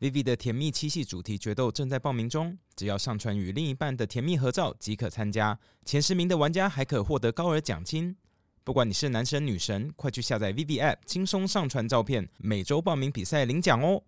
Vivi 的甜蜜七夕主题决斗正在报名中，只要上传与另一半的甜蜜合照即可参加，前十名的玩家还可获得高额奖金。不管你是男神女神，快去下载 Vivi App，轻松上传照片，每周报名比赛领奖哦！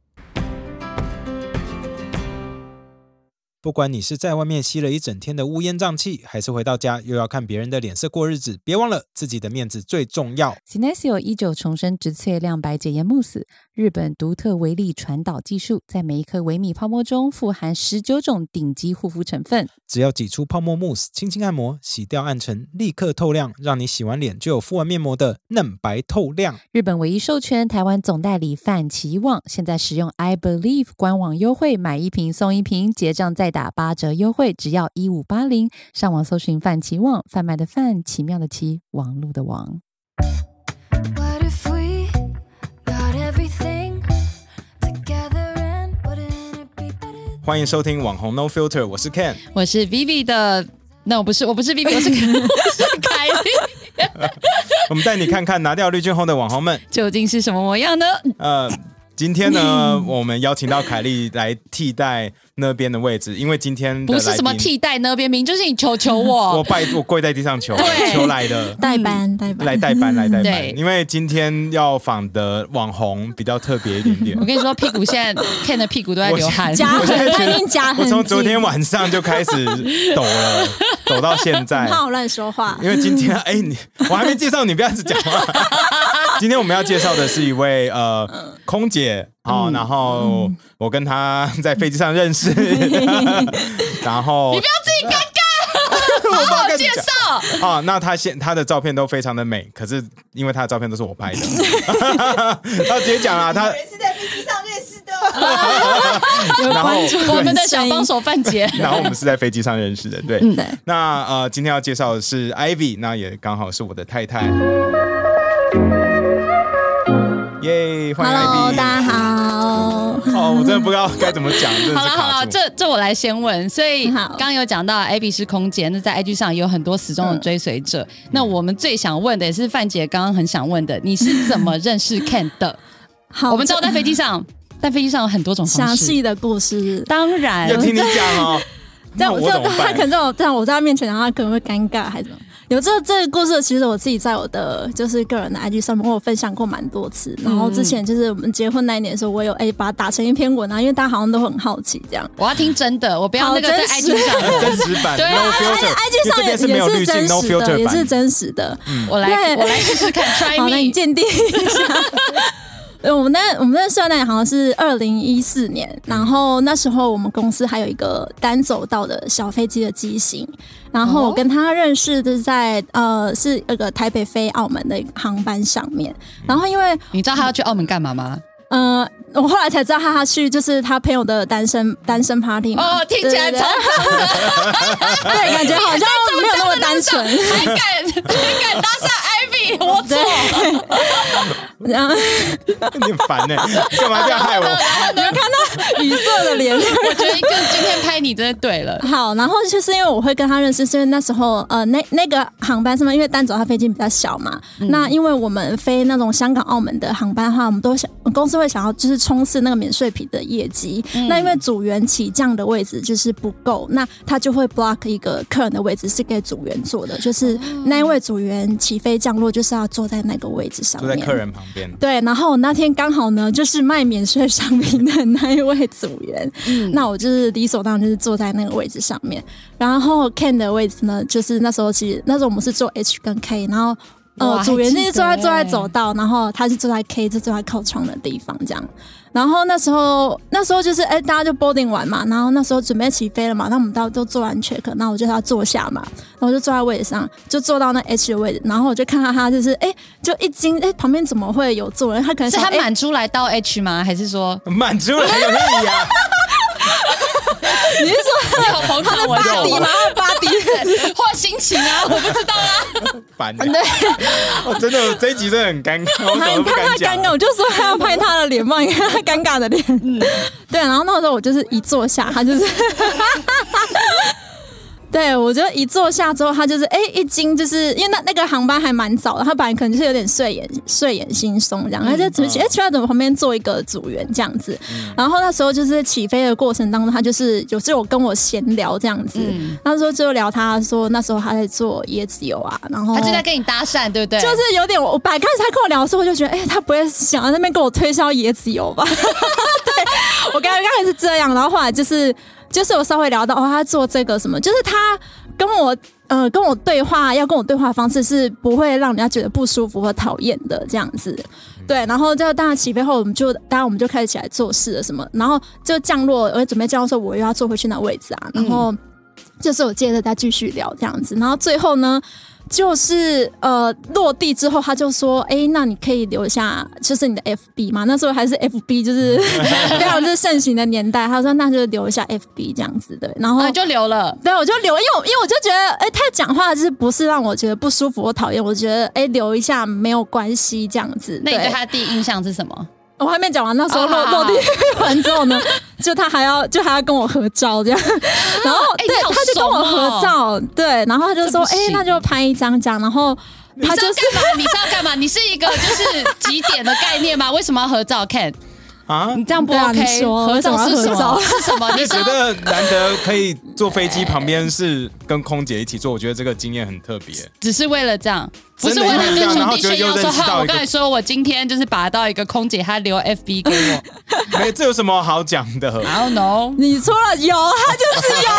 不管你是在外面吸了一整天的乌烟瘴气，还是回到家又要看别人的脸色过日子，别忘了自己的面子最重要。 Sinesio 一九重生植萃亮白解烟慕斯，日本独特微粒传导技术，在每一颗微米泡沫中富含十九种顶级护肤成分。只要挤出泡沫慕斯，轻轻按摩，洗掉暗沉，立刻透亮，让你洗完脸就有敷完面膜的嫩白透亮。日本唯一授权台湾总代理范奇旺，现在使用 I Believe 官网优惠，买一瓶送一瓶，结账再打八折优惠，只要一五八零。上网搜寻范奇旺，贩卖的范，奇妙的奇，网路的网。 What if we got everything together and wouldn't it be better? 欢迎收听网红 No Filter，我是 Ken。我是 Vivi 的，那我不是，我不是 Vivi，我是 我是凯莉，我们带你看看拿掉滤镜后的网红们。究竟是什么模样呢？呃，今天呢，我们邀请到凯莉来替代那边的位置，因为今天的不是什么来宾，替代呢，边明就是你求求 我我，拜我跪在地上求对求来的。代班代班嗯 来代班，来代对班，因为今天要访的网红比较特别一点点 我。跟你说，屁股现 在 Ken 的屁股都在流汗，夹我现很在觉得最近夹很我紧，从昨天晚上就开始抖了，抖到现 在。怕我乱说话，因为今天，哎、你我还没介绍你，不要一直讲话。 今天我们要介绍的是一位呃空姐，哦，然后我跟她在飞机上认 识，然后你不要自己尴尬，我不知道该怎么讲绍啊、那她现她的照片都非常的美，可是因为她的照片都是我 拍的，她直接讲了，她是在飞机上认识的。然后。我们的小帮手范杰 然后我们是在飞机上认识的，嗯对。对， 那呃，今天要介绍的是 Ivy，那也刚好是我的太太。耶、欢迎 Hello， Ivy。大家好。哦，我真的不知道该怎么讲，真的是好了好卡了，住。这这我来先问。所以好刚刚有讲到 Abby 是空姐，那在 IG 上也有很多死忠的追随者。嗯那我们最想问的也是范姐刚刚很想问的，你是怎么认识 Ken 的？好，我们知道在飞机上，但飞机上有很多种方详式。细的故事，当然要，听你讲哦。但那我我知道怎么他办可？能在我在我在他面前，然后他可能会尴尬，还是有这这个故事。其实我自己在我的就是个人的 IG 上面，我有分享过蛮多次。然后之前就是我们结婚那一年的时候，我有哎、把它打成一篇文啊，因为大家好像都很好奇这样。我要听真的，我不要那个好在真实 IG 上的。呃真实 版对啊 No 而且 filter， IG 你哎上这也边是没有也滤是镜真，No 实的， filter 也是版。嗯真实的。我来对我来试试看，try 好，那你 me。鉴定一下。 呃，我们那我们那时候那好像是二零一四嗯年，然后那时候我们公司还有一个单走道的小飞机的机型，然后我跟他认识的是在呃是那个台北飞澳门的航班上面，然后因为你知道他要去澳门干嘛吗？呃我后来才知道他他去就是他朋友的单身单身 party 嘛，哦，听起来对超对 对感觉好像没有那么 单纯， 还敢还敢搭上 Ivy，我错。然后 你很烦呢、你干嘛这样 害我？你们看到语塞的脸。我觉得跟今天拍你真的对了。好，然后就是因为我会跟他认识，是因为那时候呃，那那个航班上面，因为单走他飞机比较小嘛，那因为我们飞那种香港、澳门的航班的话，我们都想公司会想要就是冲刺那个免税品的业绩。那因为组员起降的位置就是不够，那他就会 block 一个客人的位置是给组员坐的，就是那一位组员起飞降落就是要坐在那个位置上坐在面。客人旁边，对，然后我那天刚好呢，就是卖免税商品的那一位组员，嗯那我就是理所当然就是坐在那个位置上面。然后 Ken 的位置呢，就是那时候其实那时候我们是坐 H 跟 K，然后哇呃组员还就记是坐在得坐在欸走道，然后他是坐在 K，就坐在靠窗的地方这样。然后那时候，那时候就是哎、大家就 boarding 完嘛，然后那时候准备起飞了嘛，那我们到都做完 check，那我就要坐下嘛，然后我就坐在位置上，就坐到那 H 的位置，然后我就看到他就是哎、就一惊，哎、旁边怎么会有坐人？他可能是想他哎满出来到 H 吗？还是 说满足了还有啊力呀、你好捧场我巴迪吗吗？？巴迪， 或心情啊，我不知道啊。烦 的、我真的这一集真的很尴尬，我然怎么后都你不看敢他 讲啊尴尬，。我就说他要拍他的脸嘛，你看他尴尬的脸。嗯 对，然后那时候我就是一坐下，他就是。对，我就一坐下之后，他就是哎、一惊，就是因为那那个航班还蛮早的，他本来可能就是有点睡眼睡眼惺忪这样，他嗯就只是觉得哎奇怪，怎么旁边坐一个组员这样子？然后那时候就是起飞的过程当中，他就是有就有跟我闲聊这样子，嗯那时候就聊他说那时候他在做椰子油啊，然后他就在跟你搭讪，对不对？就是有点，我本来开始他跟我聊的时候，我就觉得，哎、他不会想要那边跟我推销椰子油吧？ 对，我刚刚开始是这样，然后后来就是就是我稍微聊到哦，他做这个什么，就是他跟我呃跟我对话，要跟我对话的方式是不会让人家觉得不舒服和讨厌的这样子。对，然后就当然起飞后，我们就当然我们就开始起来做事了什么，然后就降落，我准备降落的时候，我又要坐回去那位置啊，然后就是我接着再继续聊这样子，然后最后呢，就是呃落地之后，他就说，哎、那你可以留下就是你的 FB 嘛，那时候还是 FB 就是 非常就是盛行的年代，他说那就留下 FB 这样子对，然后啊，就留了。对，我就留，因为我因为我就觉得，哎、他讲话就是不是让我觉得不舒服或讨厌，我觉得哎、留一下没有关系这样子。那你对对他的第一印象是什么？我还没讲完，那时候落、哦好好落地完之后呢，就他还要就还要跟我合照这样， 然后、啊哎对你好他就跟我怂哦合照，对，然后他就说，这哎不、行那就拍一张这样，然后他你就是知道干嘛？你知道干嘛？你是一个就是几点的概念吗？为什么要合照看？啊你，这样不对啊 OK？、你说合照是什为什么要么？合照是什么？你就知觉道得难得可以坐飞机旁边是跟空姐一起坐，我觉得这个经验很特别。只是为了这样，不真是的为了因为这样然跟兄后弟就炫耀又认说识到哈，我一个刚才说我今天就是把到一个空姐，她留 FB 给我没，哎这有什么好讲的？ ，I don't know，你说了有，他就是有。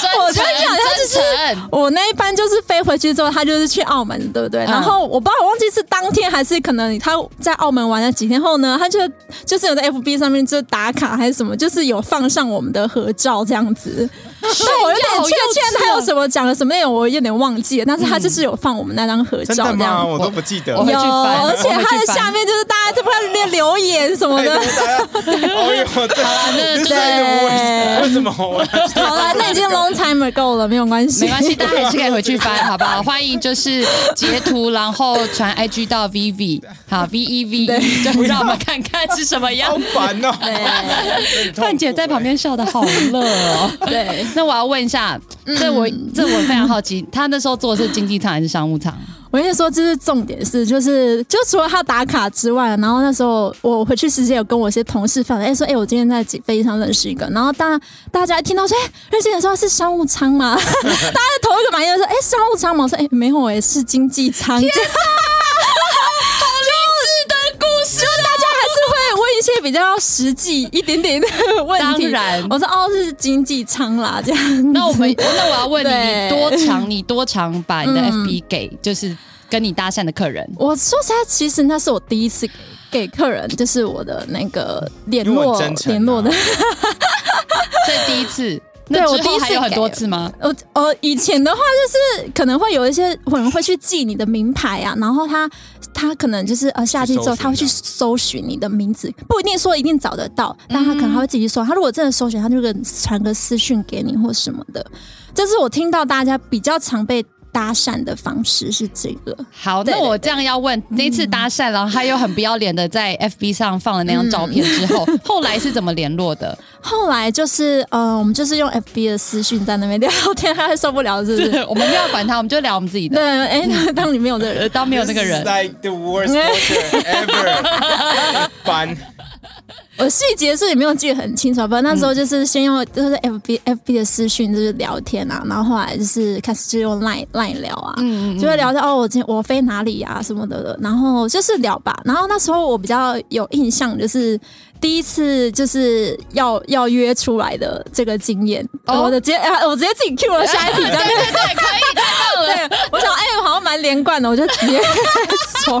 真我就诚想他就是真诚。我那一班就是飞回去之后，他就是去澳门，对不对？嗯然后我不知道，我忘记是当天还是可能他在澳门玩了几天后呢，他就就是有在 FB 上面就打卡还是什么，就是有放上我们的合照这样子。但我有点确切他有什么讲了什么内容，我有点忘记了。但是他就是有放我们那张合真照的这吗？样。我都不记得。哎我回有，去翻而且他的下面就是大家在不留留言什么哎的大。家哎呦，我那这这是就一个对我为什么我好了，那已经 long time ago 了，没有关系，没关系，大家还是可以回去翻，好不好？欢迎就是截图，然后传 IG 到 VV，好 V E V，就让我们看看是什么样 好。烦哦？很痛苦范姐在旁边笑的好乐 哦。嗯对。那我要问一下，这我这我非常好奇，他那时候做的是经济舱还是商务舱？我跟你说，这是重点是，就是就除了他打卡之外，然后那时候我回去时间有跟我一些同事反映，哎、说，哎、我今天在飞机上认识一个，然后大大家一听到说，哎、瑞姐说是商务 舱吗？大家的头一个反应就说，哎、商务舱吗？我说，哎、没有、哎，是经济舱。天啊，的故啊事，就大家还是会问一些比较实际一点点的问题。当然我说哦，是经济舱啦，这样。 那我们 那我要问你，你对嗯多长你多长把你的 FB 给就是跟你搭讪的客人？我说实在，其实那是我第一次给客人，就是我的那个联因为我络真诚啊联络的。 所以第一次，对那我之第后一次还有很给多次吗？我呃，以前的话就是可能会有一些可能会去记你的名牌啊，然后他他可能就是呃下地之去搜后寻他会去搜寻你的名字，不一定说一定找得到，但他可能还会自己搜。他如果真的搜寻，他就会传个私讯给你或什么的。这是我听到大家比较常被搭讪的方式是这个。好，对那对我这样要问，那一次搭讪，然后他又很不要脸的在 FB 上放了那张照片之嗯后， 后来是怎么联络 的？后来就是，呃，我们就是用 FB 的私讯在那边聊天，他会受不了，是不 是？对，我们不要管他，我们就聊我们自己对，的，哎、当你没有这个人，当没有那个 This 人 is。like the worst torture ever，烦。呃我细节是也没有记得很清楚，反正那嗯时候就是先用就是 FB FB 的私讯就是聊天啊，然后后来就是开始就用 Line Line 聊啊，嗯嗯嗯就会聊到哦，我今天我飞哪里啊什么的的，然后就是聊吧。然后那时候我比较有印象，就是第一次就是要要约出来的这个经验，哦我的直接、啊我直接自己 Q 了 下一题，对然后对对，可以，太棒了，对，我想，哎、好像蛮连贯的，我就直接说， 好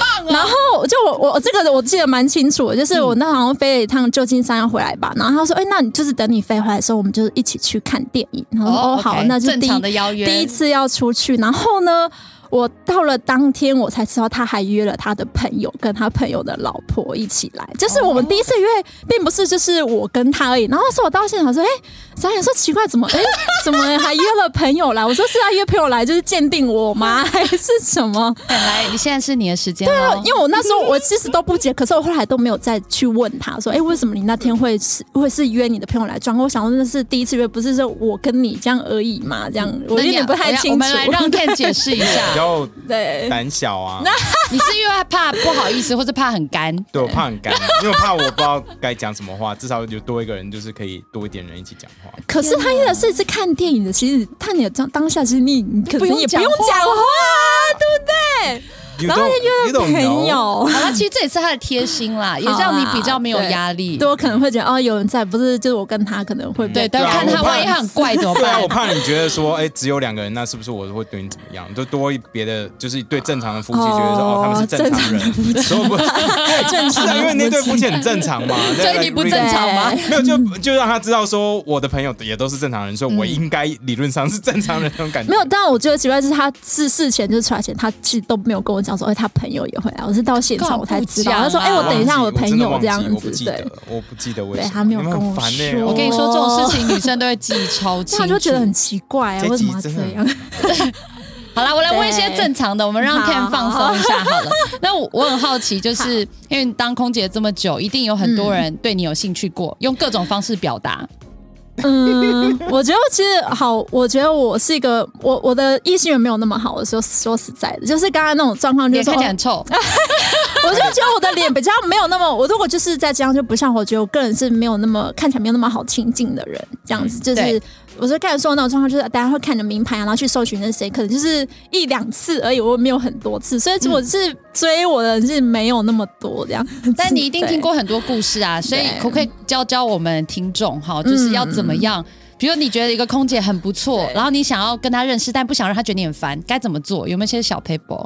棒、哦嗯然后我就我我这个我记得蛮清楚的，就是我那好像飞了一趟旧金山要回来吧，然后他说，哎、那你就是等你飞回来的时候，我们就一起去看电影。然后我说，哦哦，好， OK，那就第正一常的邀约第一次要出去，然后呢？我到了当天，我才知道他还约了他的朋友跟他朋友的老婆一起来，就是我们第一次约，并不是就是我跟他而已。然后是我到现场说，哎、傻眼说奇怪，怎么哎、怎么还约了朋友来？我说是他约朋友来，就是啊鉴定我吗？还是什么？来，你现在是你的时间哦对因为我那时候我其实都不解，可是我后来都没有再去问他说，哎、为什么你那天会是会是约你的朋友来装？我想说那是第一次约，不是说我跟你这样而已嘛？这样我有点不太清楚。我们来 让 Ken 解释一比下，较对，胆小啊，你是因为怕不好意思，或者怕很干？对我怕很干，因为我怕我不知道该讲什么话，至少有多一个人，就是可以多一点人一起讲话。可是他真的是一次看电影的，其实看你的当当下，其实你你可能也不用不讲用讲话话，对不对？ You 然后 don't- 他 you 就 don't 约了朋 know 友。好了，其实这也是他的贴心啦，也让你比较没有压力。对我可能会觉得哦，有人在，不是就是我跟他可能会被对，但对啊看我怕他万一他 很怪怎么对啊，我办？怕你觉得说，哎、只有两个人，那是不是我会对你怎么样？就多一别的，就是对正常的夫妻觉得说，哦哦，他们是正常人，所以 不正是常啊，因为那对夫妻很正常 嘛， 所以你不正常吗？没有，就嗯就让他知道说，我的朋友也都是正常人，所以我应该理论上是正常人那种感觉。没有，但我觉得奇怪就是他事事前就是出来前，他其实都没有跟我讲说，哎，他朋友也会来，我是到现干嘛场我才不知道。讲啊他说，哎，我忘记，等一下的朋真的友忘记这样我不子，记得对了，，我不记得为对什么。他没有你们跟很我烦欸说哦我跟你说，这种事情女生都会记 超清他啊就觉得很楚。奇怪啊，这为什集么要这真的很样？好啦，我来问一些正常的，我们让好 Ken 放松一下好了。那我我很好奇，就是因为你当空姐这么久，一定有很多人对你有兴趣过，用各种方式表达。嗯，我觉得其实好，我觉得我是一个，我我的异性缘没有那么好。我说说实在的，就是刚刚那种状况，就是脸说看起来很臭，我就觉得我的脸比较没有那么，我如果就是在这样就不像，我觉得我个人是没有那么看起来没有那么好亲近的人，这样子就嗯是对。我说刚才说的那种状况，就是大家会看你的名牌啊，然后去搜寻那谁，可能就是一两次而已，我没有很多次，所以我嗯是追我的人是没有那么多这样。但你一定听过很多故事啊，所以对可不可以教教我们听众哈，就是要怎么样？比如你觉得一个空姐很不错，然后你想要跟她认识，但不想让她觉得你很烦，该怎么做？有没有一些小 paper？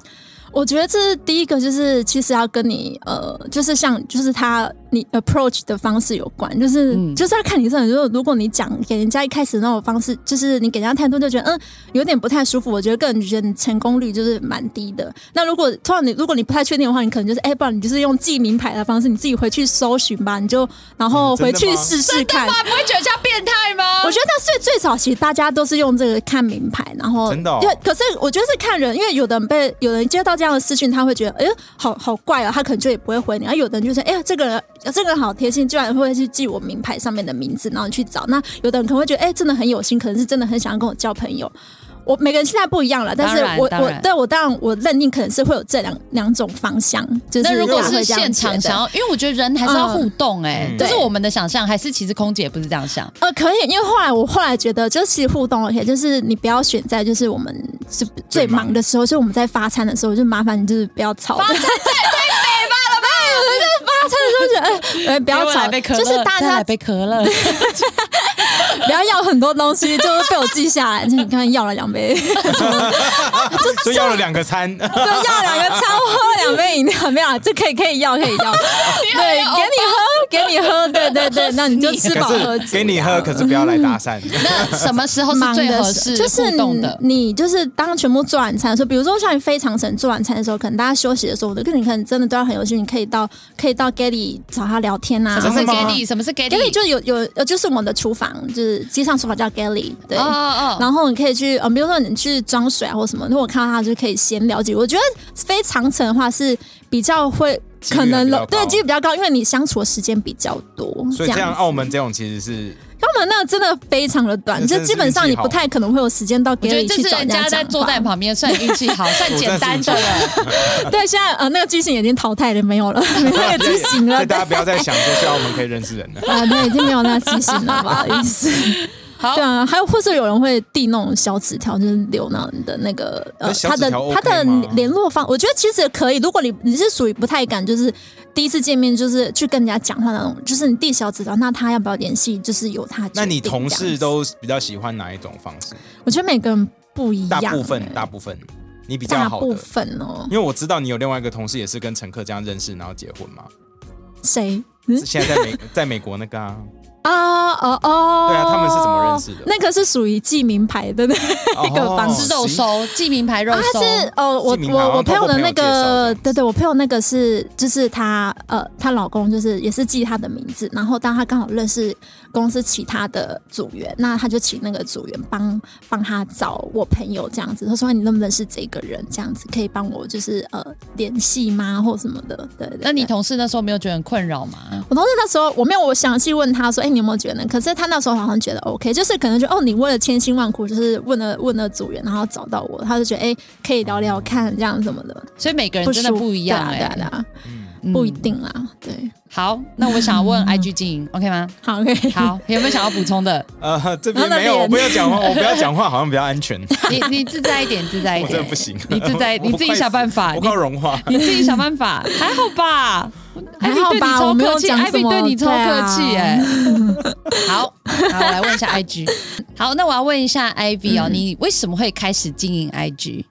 我觉得这是第一个，就是其实要跟你呃，就是像就是他你 approach 的方式有关，就是、嗯就是要看你这种，如果如果你讲给人家一开始那种方式，就是你给人家态度就觉得嗯有点不太舒服，我觉得个人觉得你成功率就是蛮低的。那如果突然你如果你不太确定的话，你可能就是哎、不然你就是用记名牌的方式，你自己回去搜寻吧，你就然后嗯 真回的去吗试试看。不会觉得像变态吗我觉得最最早其实大家都是用这个看名牌，然后真的哦因为可是我觉得是看人，因为有的人被有人接到这样的私讯，他会觉得哎、好好怪哦，他可能就也不会回你。而有的人就是哎呀、这个人这个人好贴心，居然会去记我名牌上面的名字，然后去找。那有的人可能会觉得哎、真的很有心，可能是真的很想要跟我交朋友。我每个人现在不一样了，但是当然我当我然对我当然我认定可能是会有这两两种方向，就是那如果大家是会这样现觉场得想要，因为我觉得人还是要互动哎、嗯这、是对我们的想象，还是其实空姐不是这样想？呃，可以，因为后来我后来觉得，就是其实互动 OK，就是你不要选在就是我们是最最忙忙的时候，就是我们在发餐的时候，就麻烦你就是不要吵。发餐太北吧了吧？发餐的时候觉得，哎、哎不不要吵来，杯可乐，就是大再家来杯可乐，不要要很多东西，就是被我记下来。就是你刚才要了两杯，所以要了两个餐，对，要两个餐，我喝了两杯饮料，没有啊，这可以可以要，可 以要，对，给你喝，给你喝，对对对，那哦你就 吃饱喝啊嗯可足是给你喝，可是不要来搭讪。 那什么时候是忙最的合时适就是互动的？你就是当全部做晚餐的时候，比如说像你飞长城做晚餐的时候，可能大家休息的时候，我就跟你可能真的都要很有心，你可以到可以到 Gally 找他聊天啊。什真么的是吗 Gally？什么是 Gally Gally？就有有呃，就是我们的厨房，就是机上厨房叫 Gally，对。哦哦哦，然后你可以去，呃，比如说你去装水啊或什么，如果我看到他就可以先了解。我觉得飞长城的话是比较会几率可能比较了对高几率比较高，因为你相处的时间比较多， 所以这样，子澳门这种其实 是他们那个真的非常的短，这就真的是基本上你不太可能会有时间到我觉 Gary 得这去是找人家家在讲坐在话。旁边算运气好，算简单的了。对，现在呃那个剧情已经淘汰了，没有 了，没有那个剧情所了以。大家不要再想说去澳门可以认识人了。啊，对，已经没有那个剧情了，不好意思。好对啊，还有或是有人会递那种小纸条，就是留那你的那个呃那哎小他纸的条他 OK 的吗联络方，我觉得其实可以。如果你你是属于不太敢，就是第一次见面就是去跟人家讲话那种，就是你递小纸条，那他要不要联系，就是由他决定这那样子。你同事都比较喜欢哪一种方式？我觉得每个人不一大样，部分，大大部分，你比较好部的。分哦因，为我知道你有另外一个同事也是跟乘客这样认识，然后结婚嘛。谁？嗯 现在在美在美国那个啊，啊哦哦，对啊他们是怎么认识的那个是属于记名牌的那 那个方哦式吃。肉收，寄名牌肉他收，是哦，我记名牌好我像我朋友的透过朋友那介绍这个样，子对对，我朋友那个是就是她呃，她老公就是也是记她的名字，然后当她刚好认识公司其他的组员，那她就请那个组员帮帮她找我朋友这样子，她说哎你认不认识这个人这样子，可以帮我就是呃联系吗或什么的，对对那你对同事那时候没有觉得很困扰吗？我同事那时候我没有我详细问他说，哎、你有没有觉得？可是他那时候好像觉得 OK，就是可能就哦，你为了千辛万苦，就是问了问了组员，然后找到我，他就觉得哎、可以聊聊看这样什么的，所以每个人不真的舒服不一样哎、对啊对啊对啊嗯不一。定啦，对，好，那我想 问 IG 经营 OK 吗？好，OK，，好，有没有想要补充的？呃，这边然后那没有，边我不要 讲话，我不要讲话，好像比较安全。你你自在一 点，自哎在一我点，真的不行，你自 在，我你自己想办法，我你快融化。你自己想办 法，还好吧？艾还比好对你吧超我没有客气，讲艾比什么对你超客气对啊哎。 好，好，我来问一下 IG。好，那我要问一下 IV 嗯哦，你为什么会开始经营 IG？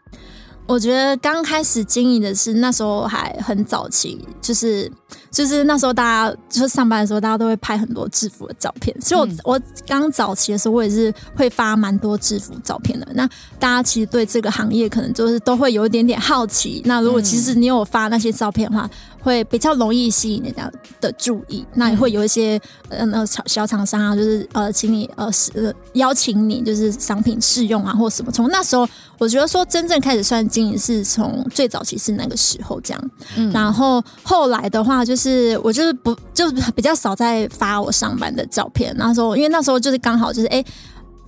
我觉得刚开始经营的是那时候还很早期，就是就是那时候大家就是上班的时候，大家都会拍很多制服的照片。所以我、嗯我刚早期的时候，我也是会发蛮多制服照片的。那大家其实对这个行业可能就是都会有一点点好奇。那如果其实你有发那些照片的话，会比较容易吸引人家的注意。那也会有一些呃那个小小厂商啊，就是呃请你呃试呃邀请你就是商品试用啊或什么。从那时候我觉得说真正开始算经营是从最早期是那个时候这样，嗯然后后来的话就是我就是不就是比较少在发我上班的照片，那时候因为那时候就是刚好就是哎。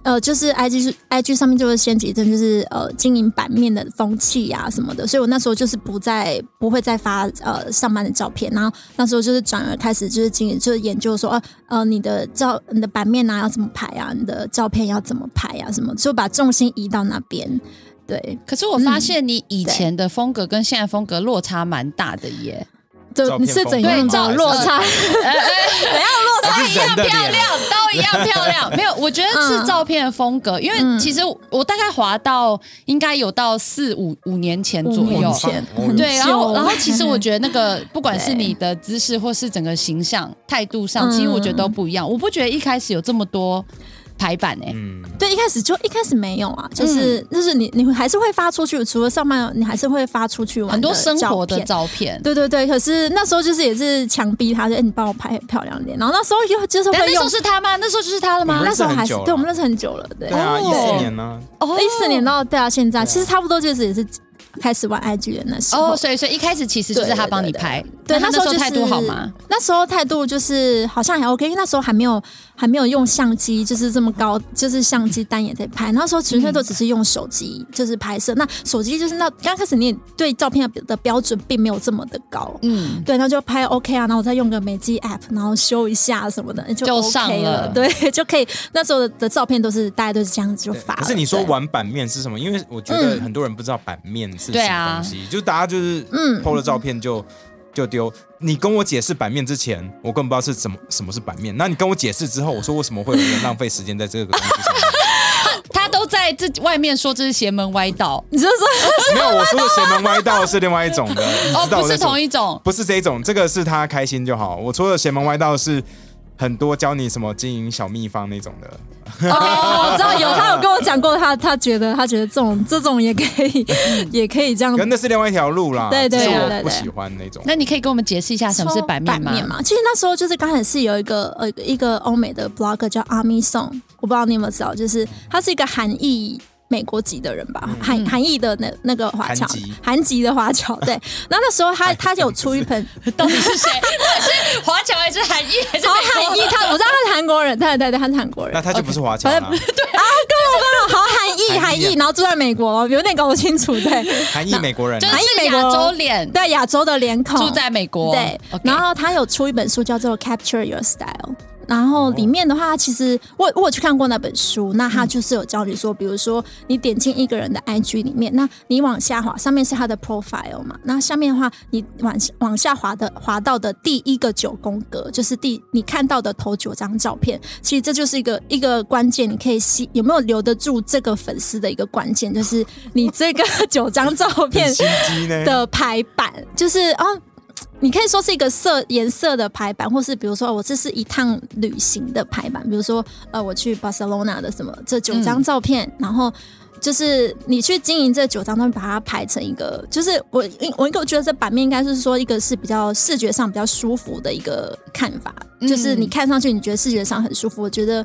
呃，就是 I G 是 I G 上面就会掀起一阵就是呃经营版面的风气啊什么的，所以我那时候就是不再不会再发呃上班的照片，然后那时候就是转而开始就是经营就是研究说哦呃你的照你的版面啊要怎么排啊，你的照片要怎么排啊什么，就把重心移到那边。对，可是我发现你以前的风格跟现在风格落差蛮大的耶。就你是怎对样照的呃落差？哎哎还一是样人的漂脸亮，都一样漂亮。 没有，我觉得是照片的风格，因为其实我大概滑到应该有到四五五年前左五右年。前哦对，然后久然后其实我觉得那个不管是对你的姿势或是整个形象态度上，嗯其实我觉得都不一样。我不觉得一开始有这么多排版欸诶、嗯，对，一开始就一开始没有啊，就是、嗯就是你你还是会发出去，除了上班，你还是会发出去玩很多的生活的片照片。对对对，可是那时候就是也是强逼他，就哎、你帮我拍很漂亮一点。然后那时候又就是哎但那会时用候，是他吗？那时候就是他了吗我？们那时候还是认识很久了对我们认识很久了，对，哎对啊，一四哦年呢，哦一四年到对啊，现在其实差不多就是也是开始玩 IG 的那时候。哦，所以所以一开始其实就是他帮你拍。对，那他时那候时候就态是度好吗？？那时候态度就是好像还 OK，因为那时候还没有还没有用相机，就是这么高，就是相机单眼在拍。那时候纯粹都只是用手机，就是拍摄。那手机就是那刚开始你也对照片的标准并没有这么的高，嗯，对，那就拍 OK 啊，然后我再用个美肌 app，然后修一下什么的，就就 OK 上了了，对，就可以。那时候的照片都是大家都是这样子就对发了。可是你说对玩版面是什么？因为我觉得很多人不知道版面是对什啊么东西，就大家就是嗯 PO 了照片就就丢。你跟我解释版面之前，我根本不知道是什么什么是版面。那你跟我解释之后，我说为什么会有人浪费时间在这个东西上面？他都在这外面说这是邪门歪道，你就是说没有，我说的邪门歪道是另外一种的，你 哦知，道不我在是说同一种。不是这一种，这个是他开心就好。我说的邪门歪道是很多教你什么经营小秘方那种的，哦，我知道有他有跟我讲过，他他觉得他觉得这种这种也可以也可以这样可能那是另外一条路啦。对对只是对我对不对喜欢那种。那你可以跟我们解释一下什么是版面吗？ 嘛？其实那时候就是刚才是有一个呃一个欧美的 blogger 叫 Army Song，我不知道你有没有知道，就是他是一个韩裔。美国籍的人吧，韩韩裔的那那个华侨韩籍，韩籍的华侨，对。然后那时候他他有出一盆，到底是谁？ 到底是华侨还是哦韩裔还是好美国韩裔，他我知道他是韩国人，对对对，他是韩国人。那他就不是华侨反啦，哦好韩裔，韩韩裔啊裔，然后住在美国，有点搞不清楚，对韩裔美国人就啊。是亚洲脸对，亚洲的脸孔，住在美国，对 OK 然后他有出一本书叫做《Capture Your Style》。然后里面的话，其实我我有去看过那本书，那他就是有教你说，比如说你点进一个人的 IG 里面，那你往下滑，上面是他的 profile 嘛，那下面的话，你往下往下滑的滑到的第一个九宫格，就是第你看到的头九张照片，其实这就是一个一个关键，你可以吸有没有留得住这个粉丝的一个关键，就是你这个九张照片很心机呢？的排版，就是啊。你可以说是一个色颜色的排版，或是比如说我这是一趟旅行的排版，比如说呃我去 Barcelona 的什么这九张照片，然后就是你去经营这九张照片，把它排成一个，就是我我我觉得这版面应该是说一个是比较视觉上比较舒服的一个看法，就是嗯你看上去你觉得视觉上很舒服，我觉得。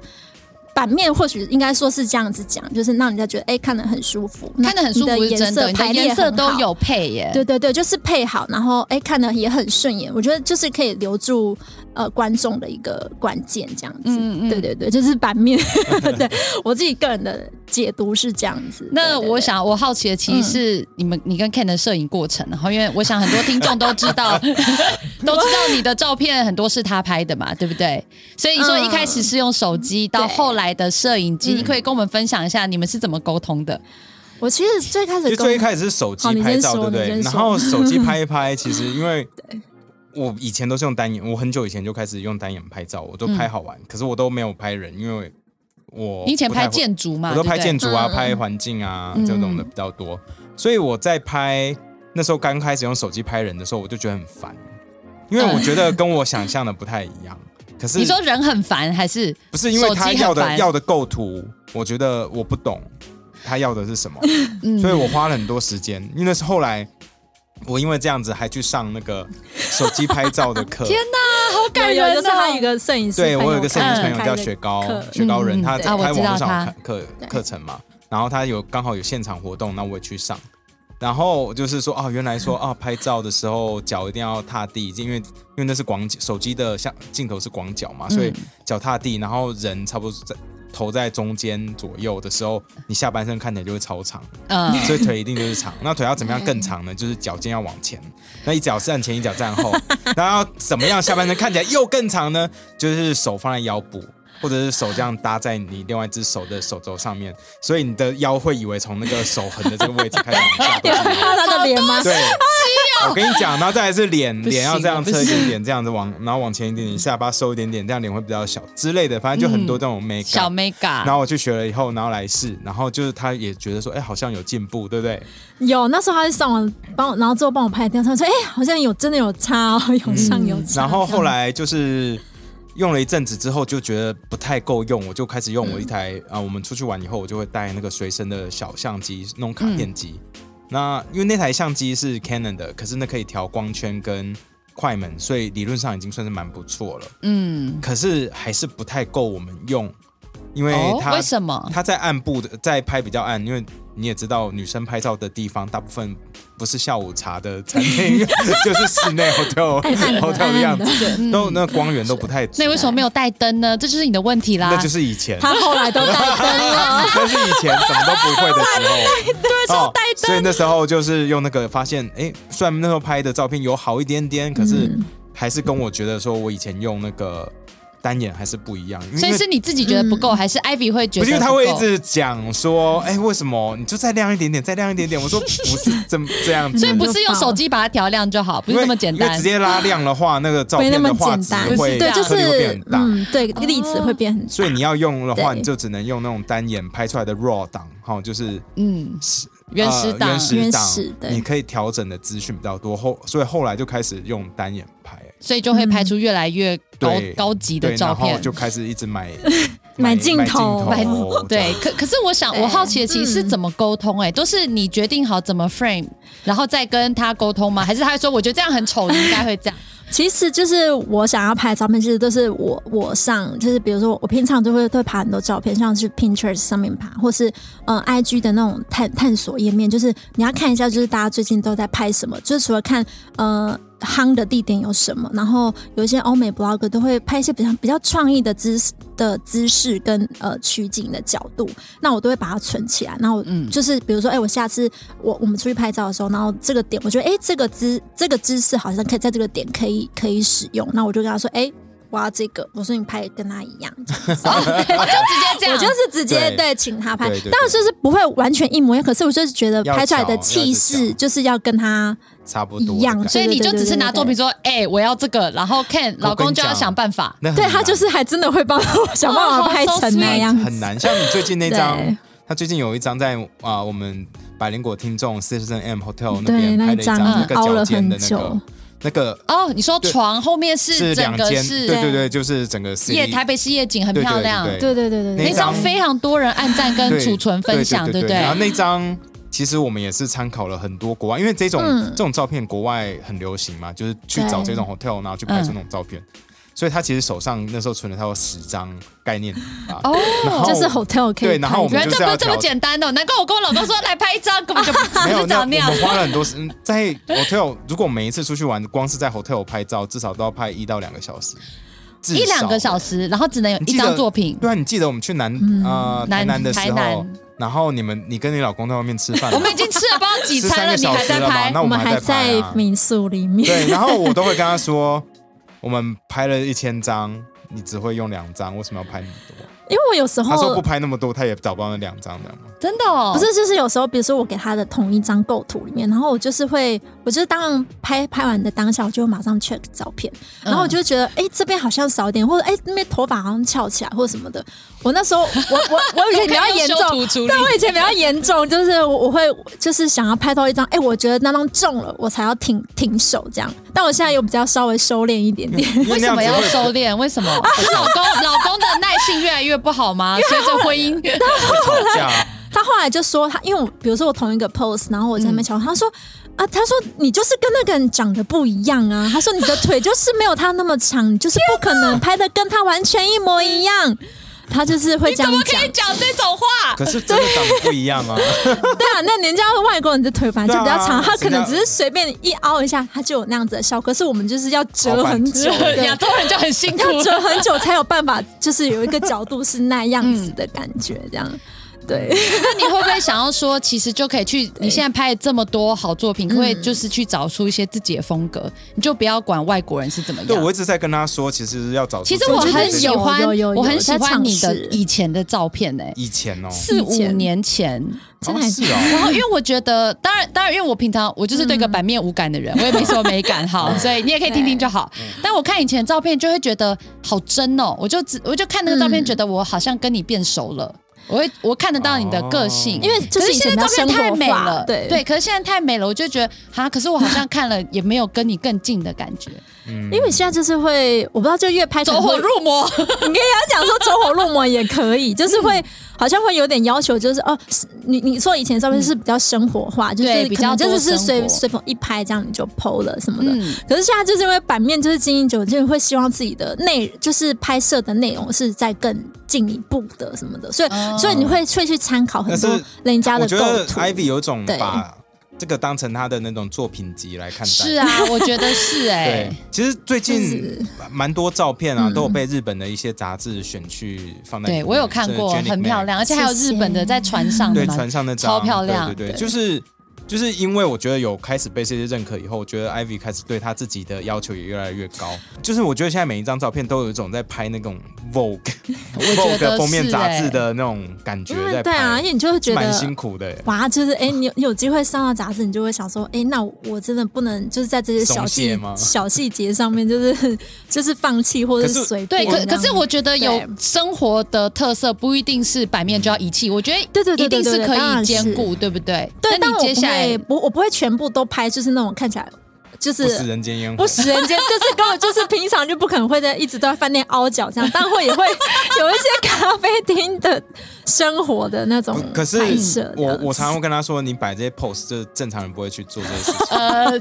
版面或许应该说是这样子讲，就是让人家觉得哎、看得很舒服，看得很舒那服你是的真的，你颜色排的列颜色很都好有配耶。对对对，就是配好，然后哎看的也很顺眼，我觉得就是可以留住呃观众的一个关键这样子。嗯嗯对对对，就是版面， 对我自己个人的解读是这样子。那对对对嗯我想，我好奇的其实是你们、你跟 Ken 的摄影过程，啊然后因为我想很多听众都知 道，都知道你的照片很多是他拍的嘛，对不对？所以你说嗯一开始是用手机，到对嗯后来的摄影机，你可以跟我们分享一下你们是怎么沟通的？我其实最开始就跟最一开始是手机好你拍先照，对说不对？你先然说后手机拍一 拍，其实因为我以前都是用单眼，我很久以前就开始用单眼拍照，我都拍好玩，可是我都没有拍人，因为我嗯你以前不太拍会建筑嘛，我都对不拍对建筑啊，嗯拍环境啊、嗯这种的比较多，所以我在拍那时候刚开始用手机拍人的时候，我就觉得很烦，因为我觉得跟我想象的不太一样。可是 你说人很烦还是？不是因为手他机很要的烦要的构图，我觉得我不懂他要的是什么， 嗯所以我花了很多时间。因为那是后来我因为这样子还去上那个手机拍照的 啊课，好感有有人就是他有一哦。个摄影师朋对友嗯开，我有一个摄影师朋友开叫的雪糕课，雪糕人，嗯他对开啊我网知道络上他有课对课程嘛，然后他有刚好有现场活动，那我也去上。然后就是说，哦，原来说，哦，拍照的时候脚一定要踏地，因为因为那是广角手机的像镜头是广角嘛，所以脚踏地，然后人差不多在头在中间左右的时候，你下半身看起来就会超长， 嗯，所以腿一定就是长。那腿要怎么样更长呢？就是脚尖要往前，那一脚站前，一脚站后。那要怎么样下半身看起来又更长呢？就是手放在腰部，或者是手这样搭在你另外一只手的手肘上面，所以你的腰会以为从那个手横的这个位置开始往 下有啊 看到他的脸吗？对，我跟你讲，然后再来是脸，不行脸要这样不侧行一点点，这样子往，然后往前一点点，下巴收一点点，这样脸会比较小之类的，反正就很多这种 make 嗯小啊 up。 mega，然后我去学了以后，然后来试，然后就是他也觉得说，哎，好像有进步，对不对？有，那时候他就上网帮我，然后最后帮我拍掉，他说：“哎、好像有真的有差哦，有上有嗯差。然后后来就是用了一阵子之后，就觉得不太够用，我就开始用嗯我一台啊、我们出去玩以后，我就会带那个随身的小相机，弄卡嗯片机。那因为那台相机是 Canon 的，可是那可以调光圈跟快门，所以理论上已经算是蛮不错了。嗯，可是还是不太够我们用，因为哦，它、为什么？它啊在暗部的在拍比较暗，因为你也知道女生拍照的地方大部分不是下午茶的餐厅，就是室内 hotel 暗的 hotel 的样子暗，都那光源都不太足。那你为什么没啊有带灯呢？这就是你的问题啦。那就是以前，他后来都带灯了。那是以前什么都不会的时候，对，超带灯。所以那时候就是用那个发现，哎，虽然那时候拍的照片有好一点点，可是还是跟我觉得说我以前用那个单眼还是不一样，因为所以是你自己觉得不嗯够，还是 Ivy 会觉不是得因为不他够会一直讲说，哎、为什么你就再亮一点点，再亮一点点？ 我说不是这么这样子，所以不是用手机把它调亮就好，不因是为这么简因为单直。接拉亮的话，那个 照没那片么的画简质单，会对，就颗粒会变是很大。嗯，对，粒子会变很大。所以你要用嗯的话，对你就只能用那种单眼拍出来的 RAW 档，哈，就是嗯，原始呃档原。始档原始，对你可以调整的资讯比较多。后，所以后来就开始用单眼拍，所以就会拍出越来越高对高级的对，照然后片，就开始一直 买买镜头买镜买头这对样。可可是我想，我好奇的其实是怎么沟通、哎、都是你决定好怎么 frame，然后再跟他沟通吗？还是他会说我觉得这样很丑，你应该会这样？其实就是我想要拍的照片，其实都是我我上，就是比如说我平常就会会爬很多照片，像是 Pinterest 上面爬，或是嗯、呃 IG 的那种探探索页面，就是你要看一下，就是大家最近都在拍什么，就是除了看呃。夯的地点有什么？然后有一些欧美 blog 都会拍一些比较比较创意的姿势的姿势跟呃取景的角度，那我都会把它存起来。然后嗯就是比如说，哎、我下次我我们出去拍照的时候，然后这个点，我觉得哎、这个姿这个姿势好像可以在这个点可以可以使用。那我就跟他说，哎、我要这个，我说你拍跟他一样，我就直接这样，我就是直接对对请他拍，对对对当然就是不会完全一模一样，可是我就是觉得要拍出来巧的气要去势巧就是要跟他差不多一样的感觉，所以你就只是拿对对对对对作品说，哎、我要这个，然后 Ken 老公就要想办法。那很对他难哦就是还真的会帮我想办法拍成那样子，很难。像你最近那张对，他最近有一张在啊、我们百灵果听众 Citizen M Hotel 那对边那拍一了一张张那个凹脚了尖的很那久个。那个哦，你说对床后面是是整两个间，是对对对，就是整个 C 夜台北市夜景很漂亮，对对对对对那那对，张张非常多人按赞跟对储存分享，对不然后那张其实我们也是参考了很多国外，因为这种、嗯这种照片国外很流行嘛，就是去找这种 hotel，然后去拍嗯出那种照片。所以他其实手上那时候存了差不多十张概念吧，哦然后就是 hotel 可以对然后拍我们原来这不就是是要这么调简单的，难怪我跟我老公说来拍一张，根本就不 没有那是我长那样们。花了很多时间在 hotel。如果每一次出去玩，光是在 hotel 拍照，至少都要拍一到两个小时，至一两个少小时，然后只能有你一记得张作品，嗯对啊，你记得我们去南呃南台南的时台候南，然后你们你跟你老公在外面吃饭嘛，我们已经吃了不知道几十餐三了，个你小还时在了吧？拍那我们们还在还在拍啊民宿里 面，对，然后我都会跟他说，我们拍了一千张，你只会用两张，为什么要拍那么多？ 因为我有时他说候不拍那么多，他也找不到那两张，这样吗？真的哦不是，就是有时候，比如说我给他的同一张构图里面，然后我就是会，我就是当拍拍完的当下，我就会马上 check 照片，嗯然后我就会觉得，哎、这边好像少一点，或者哎、诶那边头发好像翘起来，或者什么的。我那时候，我 我我以前比较 严用修图处重，理但我以前比较严重，就是我我会就是想要拍到一张，哎、我觉得那张中了，我才要停停手这样。但我现在有比较稍微收敛一点点，因 那为什样么子要会收敛？为 什么？是老公老公的耐性越来越不好吗？随着婚姻，会吵架啊？他后来就说他，因为我比如说我同一个嗯 pose，然后我在那边瞧，他说啊，他说你就是跟那个人长得不一样啊，他说你的腿就是没有他那么长，你就是不可能拍的跟他完全一模一 样。他就是 会你这怎样么讲可以，讲这种话？可是真的长得不一 样啊！对啊，那人家外国人的腿本来就比较对长，啊他可能人家只是随便一凹一下，他就有那样子的效果。可是我们就是要折很久，好反对 亚洲人就很辛苦，要折很久才有办法，就是有一个角度是那样子的感觉，这样。对，那你会不会想要说，其实就可以去你现在拍这么多好作品，会就是去找出一些自己的风格，你就不要管外国人是怎么对，我样。一直在跟他说，其实要找出其实自己我觉得很这个喜有欢有有，有我很喜在欢尝你的试以前的照片呢、以前哦，四以五前年前，真的还哦是哦，然后因为我觉得，当然当然，因为我平常我就是对个版面无感的 人，我也没什么美感，好，所以你也可以听听就好。嗯但我看以前的照片，就会觉得好真哦，我就只我就看那个照片，嗯觉得我好像跟你变熟了，我会我看得到你的个性，哦因为就可是是以现前在比较照片生太活美化了，对对，可是现在太美了，我就觉得哈，可是我好像看了也没有跟你更近的感觉，嗯因为现在就是会，我不知道，就越拍可能会，魔， 你跟他讲说走火入魔也可以，就是会好像会有点要求，就是哦，是你你说以前照片是比较生活化，就是嗯对比较可能就多是生是活随随风一拍这样你就 PO 了什么的。嗯，可是现在就是因为版面就是经营久，就会希望自己的内就是拍摄的内容是在更进一步的什么的，所以、哦所以你会会去参考很多但是人家的我构觉得图。 Ivy 有种对把这个当成他的那种作品集来看待，是啊，我觉得是哎对，，其实最就是近蛮多照片啊，嗯都有被日本的一些杂志选去放在里对面。我有看就是过， Jenny 很 May 漂。亮，而且还有日本的在船上的对，嘛，船上那张超漂亮对对对，对就是。就是因为我觉得有开始被这些认可以后，我觉得 Ivy 开始对她自己的要求也越来越高。就是我觉得现在每一张照片都有一种在拍那种 Vogue 觉 Vogue 得的封面是杂欸志的那种感觉因为在对啊，拍，因为你就会觉得蛮辛苦的欸。哇，就是哎、你有你有机会上到杂志，你就会想说，哎、那我真的不能就是在这些小松懈细吗小细节上面，就是 就是放弃或者可是是随对，便可这可样是我觉得有对生活的特色，不一定是版面就要遗弃，我觉得对对对一定对是对可当以然兼是顾，对不对？对，那但你我接下来不会我我不会全部都拍，就是那种看起来就是不食人间烟火不，食人间，就是跟我就是平常就不可能会在一直都在饭店凹脚这样，但会也会有一些咖啡厅的生活的那种可是拍摄这我样我常常会跟她说，你摆这些 pose，就是正常人不会去做这些事情。 呃，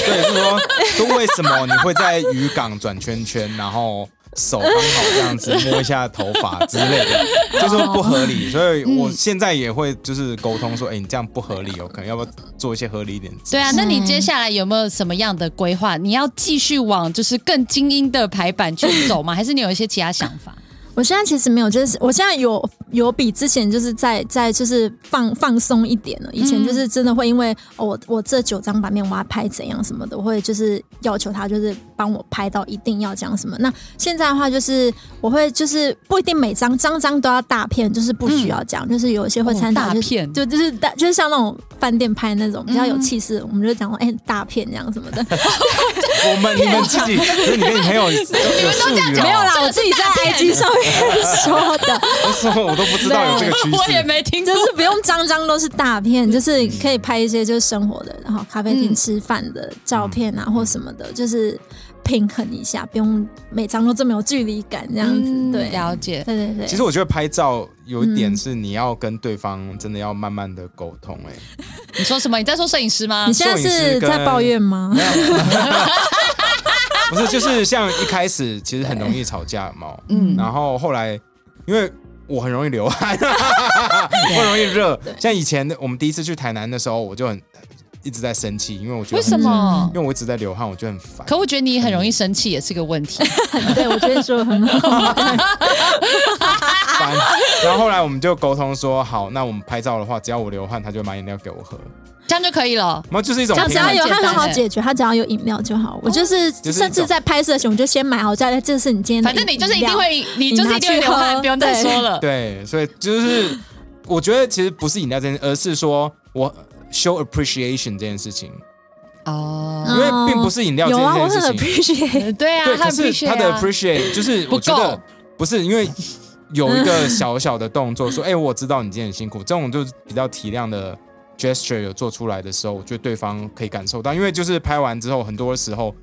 对，是说，就为什么你会在渔港转圈圈，然后手刚好这样子摸一下头发之类的，就说不合理。所嗯以我现在也会就是沟通说，哎、你这样不合理哦，可能要不要做一些合理一点的姿势？对啊，那嗯你接下来有没有什么样的规划？你要继续往就是更精英的排版去走吗？还是你有一些其他想法？我现在其实没有，就是我现在有有比之前就是在在就是放放松一点了。以前就是嗯真的会因为、哦、我我这九张版面我要拍怎样什么的，我会就是要求他就是帮我拍到一定要讲什么。那现在的话就是我会就是不一定每张张张都要大片，就是不需要讲，就是有一些会参嗯哦考、大就是片就就是大就是像那种饭店拍那种比较有气势，我们就讲说哎、大片这样什么 的。我们你们自 己，就是你跟你朋友有有术语哦，没有啦，这个我是自己在大片 IG 上面说的。我说我都都不知道 有这个趋 我也势。没听就过。是不用张张都是大片，嗯就是可以拍一些就是生活的，然后咖啡厅吃饭的照片嗯啊，或什么的，就是平衡一下，不用每张都这么有距离感这样子。对，嗯了解。对对对。其实我觉得拍照有一嗯点是你要跟对方真的要慢慢的沟通、哎、你说什么？你在说摄影师吗你？现在是在抱怨吗？不是，就是像一开始其实很容易吵架嘛，嗯然后后来因为我很容易流汗， 我很容易热，像以前我们第一次去台南的时候，我就很一直在生气，因为我觉得为什么很？因为我一直在流汗，我觉得很烦。可我觉得你很容易生气，也是个问 题。对，我觉得你说的很 好。啊烦。然后后来我们就沟通说，好，那我们拍照的话，只要我流汗，他就买饮料给我喝，这样就可以了。然后就是一种他只平要衡。有他很好解决，他只要有饮料就哦好。我就是是甚至在拍摄前，我就先买好家，这是你今天的反饮料正你就是一定会，你就是一定会流你拿去汗，喝不用再说了。对，所以就是我觉得其实不是饮料这件事，而是说我 show appreciation 这件事情，哦，因为并不是饮料这有啊，我件很事情。 appreciate。对啊，对，他可很必是须他啊。的 appreciate 就是不我觉得够不是因为。有一个小小的动作， 说：“哎、我知道你今天很辛苦。”这种就是比较体谅的 gesture 有做出来的时候，我觉得对方可以感受到，因为就是拍完之后，很多时候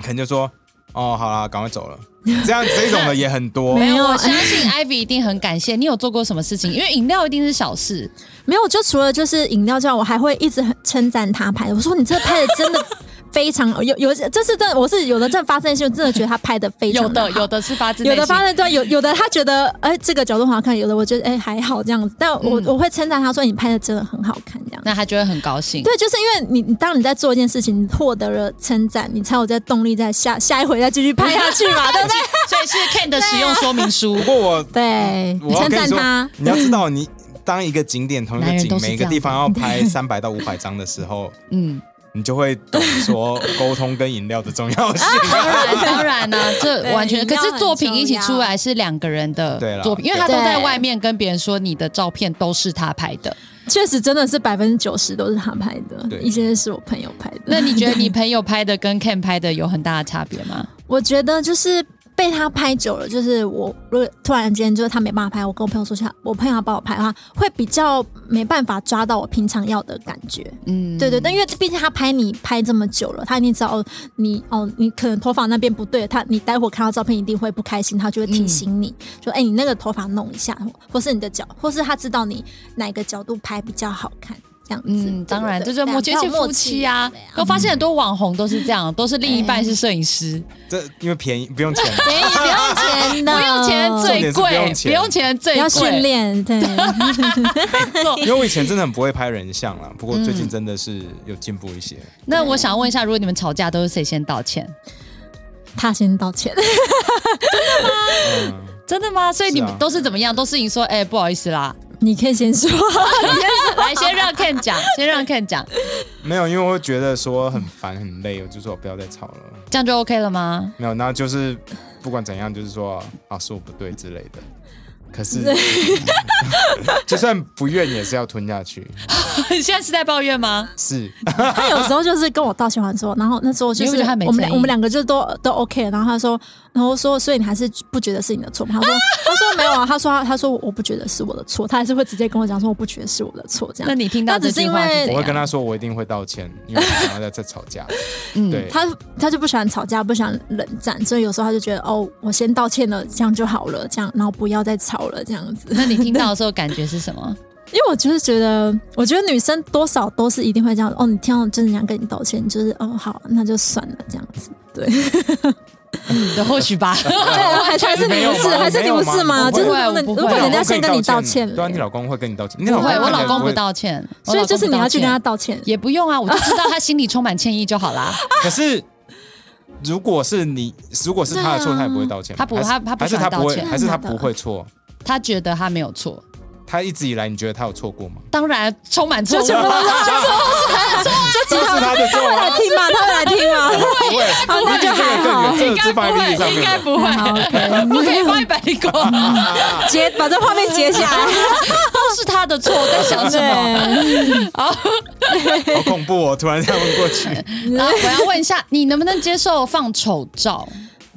可能就说：“哦，好啦，赶快走了。”这样这种的也很多。 没有，我没有啊相信 Ivy 一定很感谢你有做过什么事情，因为饮料一定是小事，没有，就除了就是饮料之外，我还会一直很称赞他拍的。我说你这拍的真的非常有有，这是真的，我是有的真的发生一些，我真的觉得他拍的非常有的好有的是发自内有心的发生对，有有的他觉得哎、这个角度很好看，有的我觉得哎、还好这样子，但我、嗯我会称赞他说你拍的真的很好看这样。那他就会很高兴。对，就是因为你，你当你在做一件事情，你获得了称赞，你才有在动力在下下一回再继续拍下去嘛，对不对？所以是 Ken 的使用说明书不。过我对，我要称跟你赞说他，，你要知道，你当一个景点同一男个人都景，是每一这个样地方要 拍三百到五百张的时候，嗯，你就会懂 说沟通跟饮料的重要性。啊当然当然呢、啊这对完全。饮料可很是作品一起出来是两个人对的啦作品，因为他都对在外面跟别人说你的照片都是他拍的。确实真的是百分之九十都是他拍对的，一些是我朋友拍的。那你觉得你朋友拍的跟 Ken 拍的有很大的差别吗？我觉得就是被他拍久了，就是我如果突然间就是他没办法拍，我跟我朋友说下，我朋友要帮我拍的话，会比较没办法抓到我平常要的感觉。嗯，对对，但因为毕竟他拍你拍这么久了，他一定知道哦，你哦，你可能头发那边不对，他你待会看到照片一定会不开心，他就会提醒嗯你、说，哎，你那个头发弄一下，或或是你的脚，或是他知道你哪个角度拍比较好看，这样子。嗯，当然，这对就是对默对契，尤其比较有夫妻啊。我发现很多网红都是这样，都是另一半是摄影嗯师，这因为便宜不用钱， 便宜不用钱的， 不用钱最重贵点，是不不用用钱最贵，啊要训练，对，因为我以前真的很不会拍人像啦，不过最近真嗯的是有进步一些。那我想问一下，如果你们吵架都是谁先道歉？他先道歉。 嗯，真的吗？所以你是们啊都是怎么样？都是你说，哎、不好意思啦， 你可以先说，来先让 Ken 讲，先让 Ken 讲，没有，因为我会觉得说很烦很累，我就说我不要再吵了。这样就 OK 了吗？ 没有，那就是不管怎样，就是说啊是我不对之类的。可是 就算不愿也是要吞下去，你现在是在抱怨吗？是他有时候就是跟我道歉完之后，然后那时候就你会是觉得他没我们诚俩意我们两个就都都 OK 了，然后他说，然后说，所以你还是不觉得是你的错吗？他说， 他说没有啊，他说他他说我不觉得是我的错，他还是会直接跟我讲说我不觉得是我的错这那样。你听到那这只是句话因为是怎我会跟样？他说我一定会道歉，因为我不想要再再吵架。对，嗯他他就不喜欢吵架，不喜欢冷战，所以有时候他就觉得哦，我先道歉了，这样就好了，这样，然后不要再吵了，这样子。那你听到的时候感觉是什么？ 因为我就是觉得，我觉得女生多少都是一定会这样，哦，你听到真的想跟你道歉，你就是哦好，那就算了这样子，对。你的或许 吧。对，还还是你不是，还是你不没是吗？有吗就是不能，不会我不会如果人家老公可先以跟你道道歉对啊，了，你老公会跟你道歉，你不老会，公我老公不会。道歉，我所以就是你要去跟他老公不道歉道歉。也不用啊，我就知道他心里充满歉意就好啦。 可是如果是你，如果是他的错，对啊他也不会道歉。他不还是啊他他不还是喜欢他道不会，歉还是他不会错。他觉得他没有错，他一直以来，你觉得他有错 过吗？当然充满错误。 全部都是他这是他的错他会啊，来听吗？他会来听吗？不 会，好，那这就个还更好远，。这应个该这不放在利益上会，应该面。不会，不可以放一百灵 光，截把这画面截下来，都是他的错。我在想什么？对，好恐怖哦！突然这样问过去， 然后我要问一下，你能不能接受放丑照？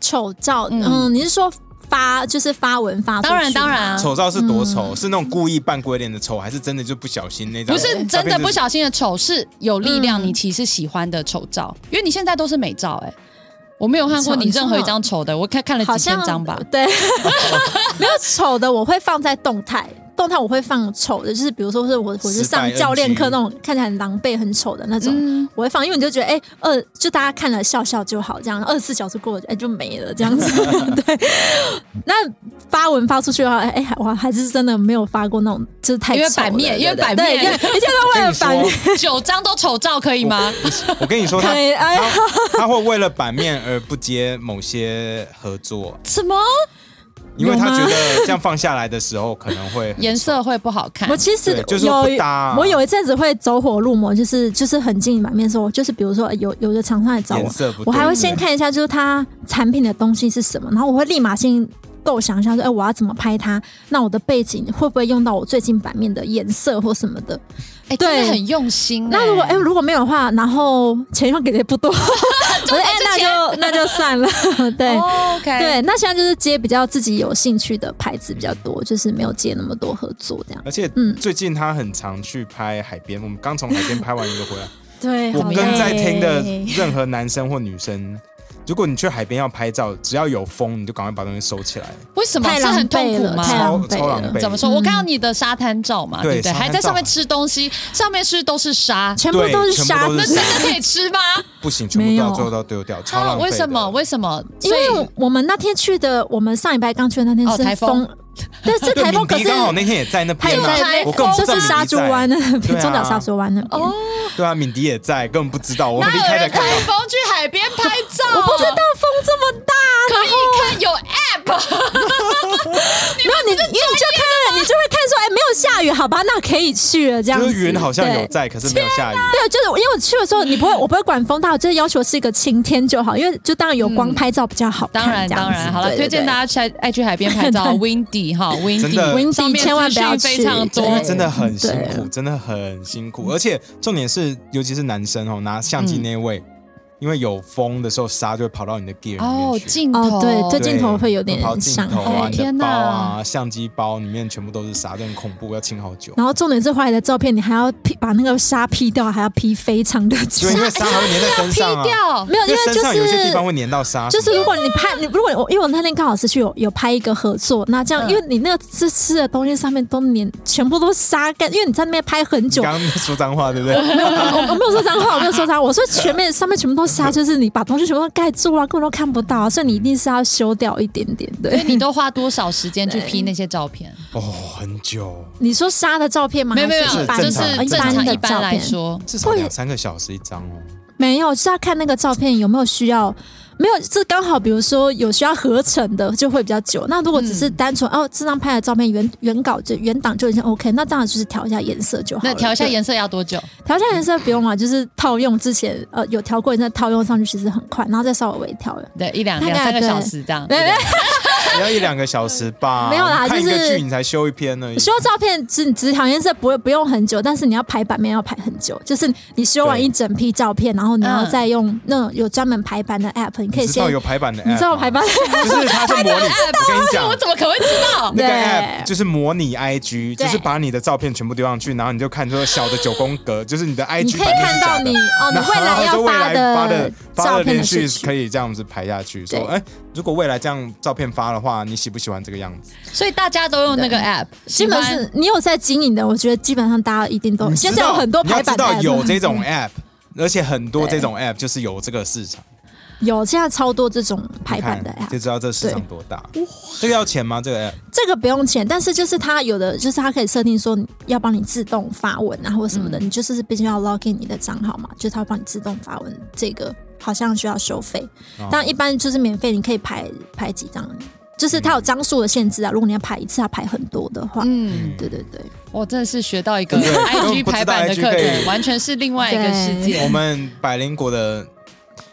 丑照，嗯嗯，你是说发就是发文发出去当然当然啊丑照是多丑，是那种故意扮鬼脸的丑，还是真的就不小心那张？不是真的不小心的丑，是有力量你其实喜欢的丑照，因为你现在都是美照哎、我没有看过你任何一张丑的，我看看了好几像千张吧。对， 没有丑的我会放在动态，动态我会放丑的，就是比如说是我我去上教练课那种看起来很狼狈、很丑的那种，嗯我会放，因为你就觉得哎、二就大家看了笑笑就好，这样二十四小时过了哎、就没了这样 子。对，那发文发出去的话，哎、哎我还是真的没有发过那种就是太因为丑的版面对因为对版对面哎对一切都为了版 面。九张都丑照可以吗？我跟你说，他可以啊哎呀他他会为了版面而不接某些合作，什么因为有他吗觉得这样放下来的时候可能会 颜色会不好看我？其实对有、就是不搭啊我有一阵子会走火入魔，就是就是很近版面的时候，就是比如说有有的厂商来找颜我，色不对。我还会先看一下就是它产品的东西是什么，然后我会立马先构想一下说，哎、我要怎么拍它？那我的背景会不会用到我最近版面的颜色或什么的？哎、对真的很用心、欸那如果哎、如果没有的话，然后钱又给的不多， 我说哎、那就那就算了，对。哦 OK，对，那现在就是接比较自己有兴趣的牌子比较多，就是没有接那么多合作这样。而且嗯最近他很常去拍海边，我们刚从海边拍完一个回来，对，我 好跟累在听的任何男生或女生，如果你去海边要拍照，只要有风，你就赶快把东西收起来，为什么太是狼很痛狈苦了，太吗？狼狈狼了超狼狈狈了。怎么说？我看到你的沙滩照嘛，对对不对？沙滩还在上面啊照吃东西，上面是都是沙，全部都是沙对全部都子那是真沙子，的可以吃吗？不行，全部没到有最后都要丢掉，超啊，浪费的。为什么？为什么？因所以为我们那天去的，我们上礼拜刚去的那哦天台是风风， 对，是对，台风，可敏迪是刚好那天也在那他边也嘛，在我根本那，不知就道是沙你洲在湾那边，对啊中岛沙洲湾那边。哦，对啊，敏迪也在，根本不知道，我离哪开有才人看台到。风去海边拍照？我不知道风这么大，啊可以看有 app，没有你，因为你就看，你就会看说，哎，没有下雨，好吧，那可以去了这样就子。是云好像有对在，可是没有下雨。对，就是因为我去的时候，你不会，我不会管风大，我就是要求是一个晴天就好，因为就当然有光拍照比较好看嗯当然这样当子然，好了，对推荐对大家去爱去海边拍照啊 对，windy 哈真的，windy， Windy，上面千万资讯不要非去常对因多为。真的很辛苦，嗯对真的很辛苦，而且重点是，尤其是男生哦，拿相嗯机那位，因为有风的时候，沙就会跑到你的 gear 里哦，面去。镜头哦对对对镜头会有点跑镜头伤啊，害你的天包哪啊，相机包里面全部都是沙，这很恐怖，要清好久。然后重点是华你的照片，你还要 P 把那个沙 P 掉，还要 P 非常的久因为。因为沙还会粘在身上啊，掉 没有，因因为为身就上有些地是方会粘到沙什就么的。是如果你拍你，如果我因为我那天刚好是去有有拍一个合作，那这样、嗯因为你那个吃吃的东西上面都粘，全部都沙干，因为你在那边拍很你久。刚刚说脏话，对不对？没有，我我没有说脏话，我没有说脏话，我说全面上面全部都沙，就是你把东西全部都盖住啊，根本都看不到、啊，所以你一定是要修掉一点点。对，你都花多少时间去 P 那些照片？哦，很久，你说沙的照片吗？没有没有，还就是正就是一般的正常常的一般照来片说，至少两三个小时一张哦。没有，就是要看那个照片有没有需要，没有，这刚好，比如说有需要合成的就会比较久。那如果只是单纯、哦，这张拍的照片原原稿就原档就已经 OK，那当然就是调一下颜色就好了。那调一下对颜色要多久？调一下颜色不用啊，就是套用之前呃有调过，那套用上去其实很快，然后再稍微微调了。对，一两大概两三个对小时这样。没有没也要一两个小时吧。没有啦看一个就是剧你才修一篇而已。修照片只只调颜色不会不用很久，但是你要排版面要排很久，就是你修完对一整批照片，然后你要嗯再用那种有专门排版的 app，你可以你知道先有排版的 app，你知道我吗排版。就是它是模拟，我跟你讲我，怎么可能会知道？那个对 app 就是模拟 IG，对就是把你的照片全部丢上去，然后你就看说小的九宫格，就是你的 IG，你可以版面是看到假的你哦，你然后未来就要未来发的发照的片连的续顺序可以这样子排下去，说对哎，如果未来这样照片发的话，你喜不喜欢这个样子？ 所以大家都用那个 app，基本喜欢是你有在经营的，我觉得基本上大家一定都你现嗯知在有道很多你要排知版道 app 有这 种 app，而且很多这种 app 就是有这个市场，有现在超多这种排你版看的 app，就知道这市场多大。这个要钱吗？这个 app 这个不用钱，但是就是它有的就是它可以设定说你要帮你自动发文啊或什么的，嗯你就是毕竟要 login 你的账号嘛，就是它会帮你自动发文，这个好像需要收费，哦但一般就是免费，你可以排排几张，就是它嗯有张数的限制啊，如果你要排一次要排很多的话，嗯，对对对。我真的是学到一 个对 IG 不知道排版的 IG 课可以程，完全是另外一个世界我。们百灵果的，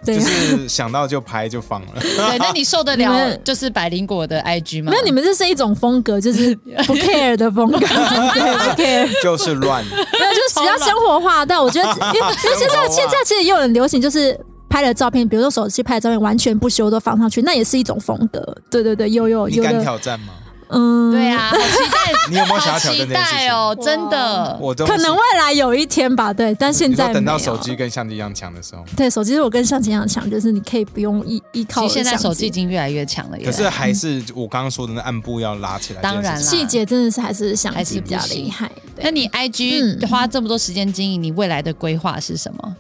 对就是想到就拍就放了。对，那你受得 你了们就是百灵果的 IG 吗？没有，你们这是一种风 格，就是不 care 的风格，对不 care。 就是 乱，没有，就是比较生活化。但我觉得，因为因为现在现在其实也有人流行，就是拍的照片，比如说手机拍的照片完全不修都放上去，那也是一种风格。对对对，有有你有敢的，挑战吗？嗯，对，啊，好期待， 你有没有想好要挑战期这件事待情？哦，真的。我都可能未来有一天吧，对，但现你在说等到没有啊手机跟相机一样强的时候，对手机，我跟相机一样强，就是你可以不用依依靠其实现在相手机已经越来越强了，可是原来还是我刚刚说的那暗部要拉起来。当然啦细节真的是还是相还是机比不较行厉害。对那你 IG 嗯花这么多时间经营，你未来的规划是什么？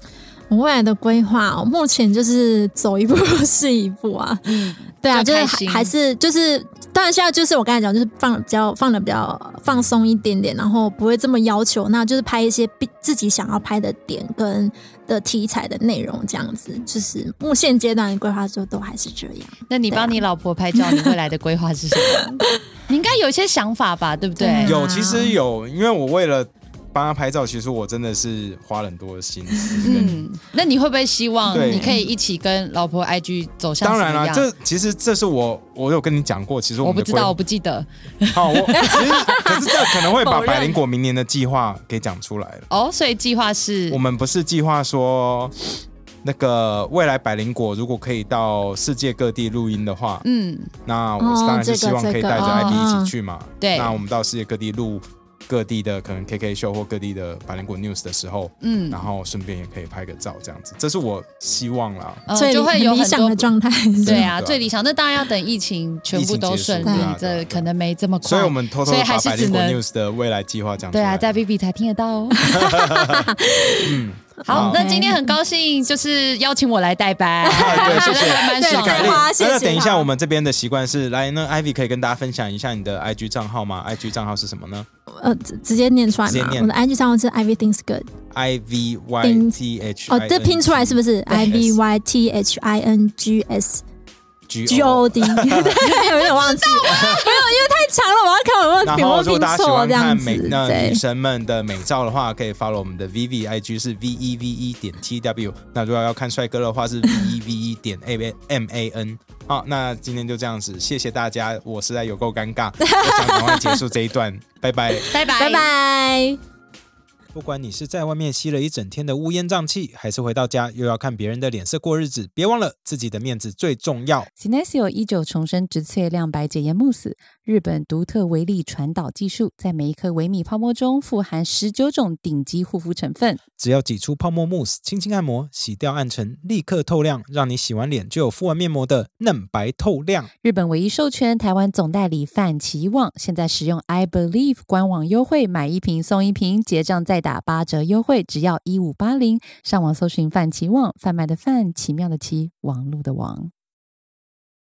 我未来的规划、哦，目前就是走一步 是一步啊。嗯，对啊，就就开是心还还是就是，当然现在就是我刚才讲，就是放得比较放的比较放松一点点，然后不会这么要求，那就是拍一些必自己想要拍的点跟的题材的内容这样子。就是目现阶段的规划就都还是这样。那你啊帮你老婆拍照，你未来的规划是什么？ 你应该有一些想法吧，对不对？有，啊其实有，因为我为了帮他拍照，其实我真的是花了很多的心思。嗯，嗯，那你会不会希望对你可以一起跟老婆 IG 走向当然什啦，么样这其实这是我我有跟你讲过，其实我我不们的知规道，我不记得。好，我 其实可是这可能会把否认百灵果明年的计划给讲出来了。哦，所以计划是我们不是计划说，那个未来百灵果如果可以到世界各地录音的话，嗯，那我哦当然是这希个望这可以个带着哦 IB 哦一起去嘛。对那我们到世界各地录各地的可能 KK 秀或各地的百灵果 news 的时候，嗯然后顺便也可以拍个照，这样子，这是我希望啦。呃所以就会有理很想多的状态是对啊，对啊最理想。那当然要等疫情全部都顺疫情利结束，对啊对这啊可能没这么快。所以我们偷偷所以的还把是百只灵果能 news 的未来计划讲出对来。啊，在 B B 才听得到 哦。好嗯好，那今天很高兴，就是邀请我来代班，啊 对谢谢我觉得还蛮对爽对凯莉对对的。花谢谢啊那等一下，他我们这边的习惯是，来，那 Ivy 可以跟大家分享一下你的 IG 账号吗？IG 账号是什么呢呃，直直接念出来直接嘛。念我的 IG 账号是 everything's good。 ？I V Y T H 哦，这拼出来是不是 i v y t h i n g s G G O D，对，有点忘记，没有，因为太长了，我要看我有然没有后，有如果没大家有拼喜错欢这看样美子。那女对，生们的美照的话，可以 follow 我们的 V V I G 是 V E V E 点 T W。那如果要看帅哥的话，是 V E V E 点 A M A N。好，那今天就这样子，谢谢大家，我实在有够尴尬，我想赶快结束这一段，拜拜。拜拜拜拜。不管你是在外面吸了一整天的乌烟瘴气，还是回到家又要看别人的脸色过日子，别忘了自己的面子最重要。 Sinesio 依旧重申植萃亮白解盐慕斯，日本独特微粒传导技术，在每一颗微米泡沫中富含十九种顶级护肤成分。只要挤出泡沫慕斯，轻轻按摩，洗掉暗沉，立刻透亮，让你洗完脸就有敷完面膜的嫩白透亮。日本唯一授权台湾总代理范奇旺，现在使用 I Believe 官网优惠，买一瓶送一瓶，结账再打八折优惠，只要一五八零。上网搜寻范奇旺，贩卖的范，奇妙的奇，网路的网。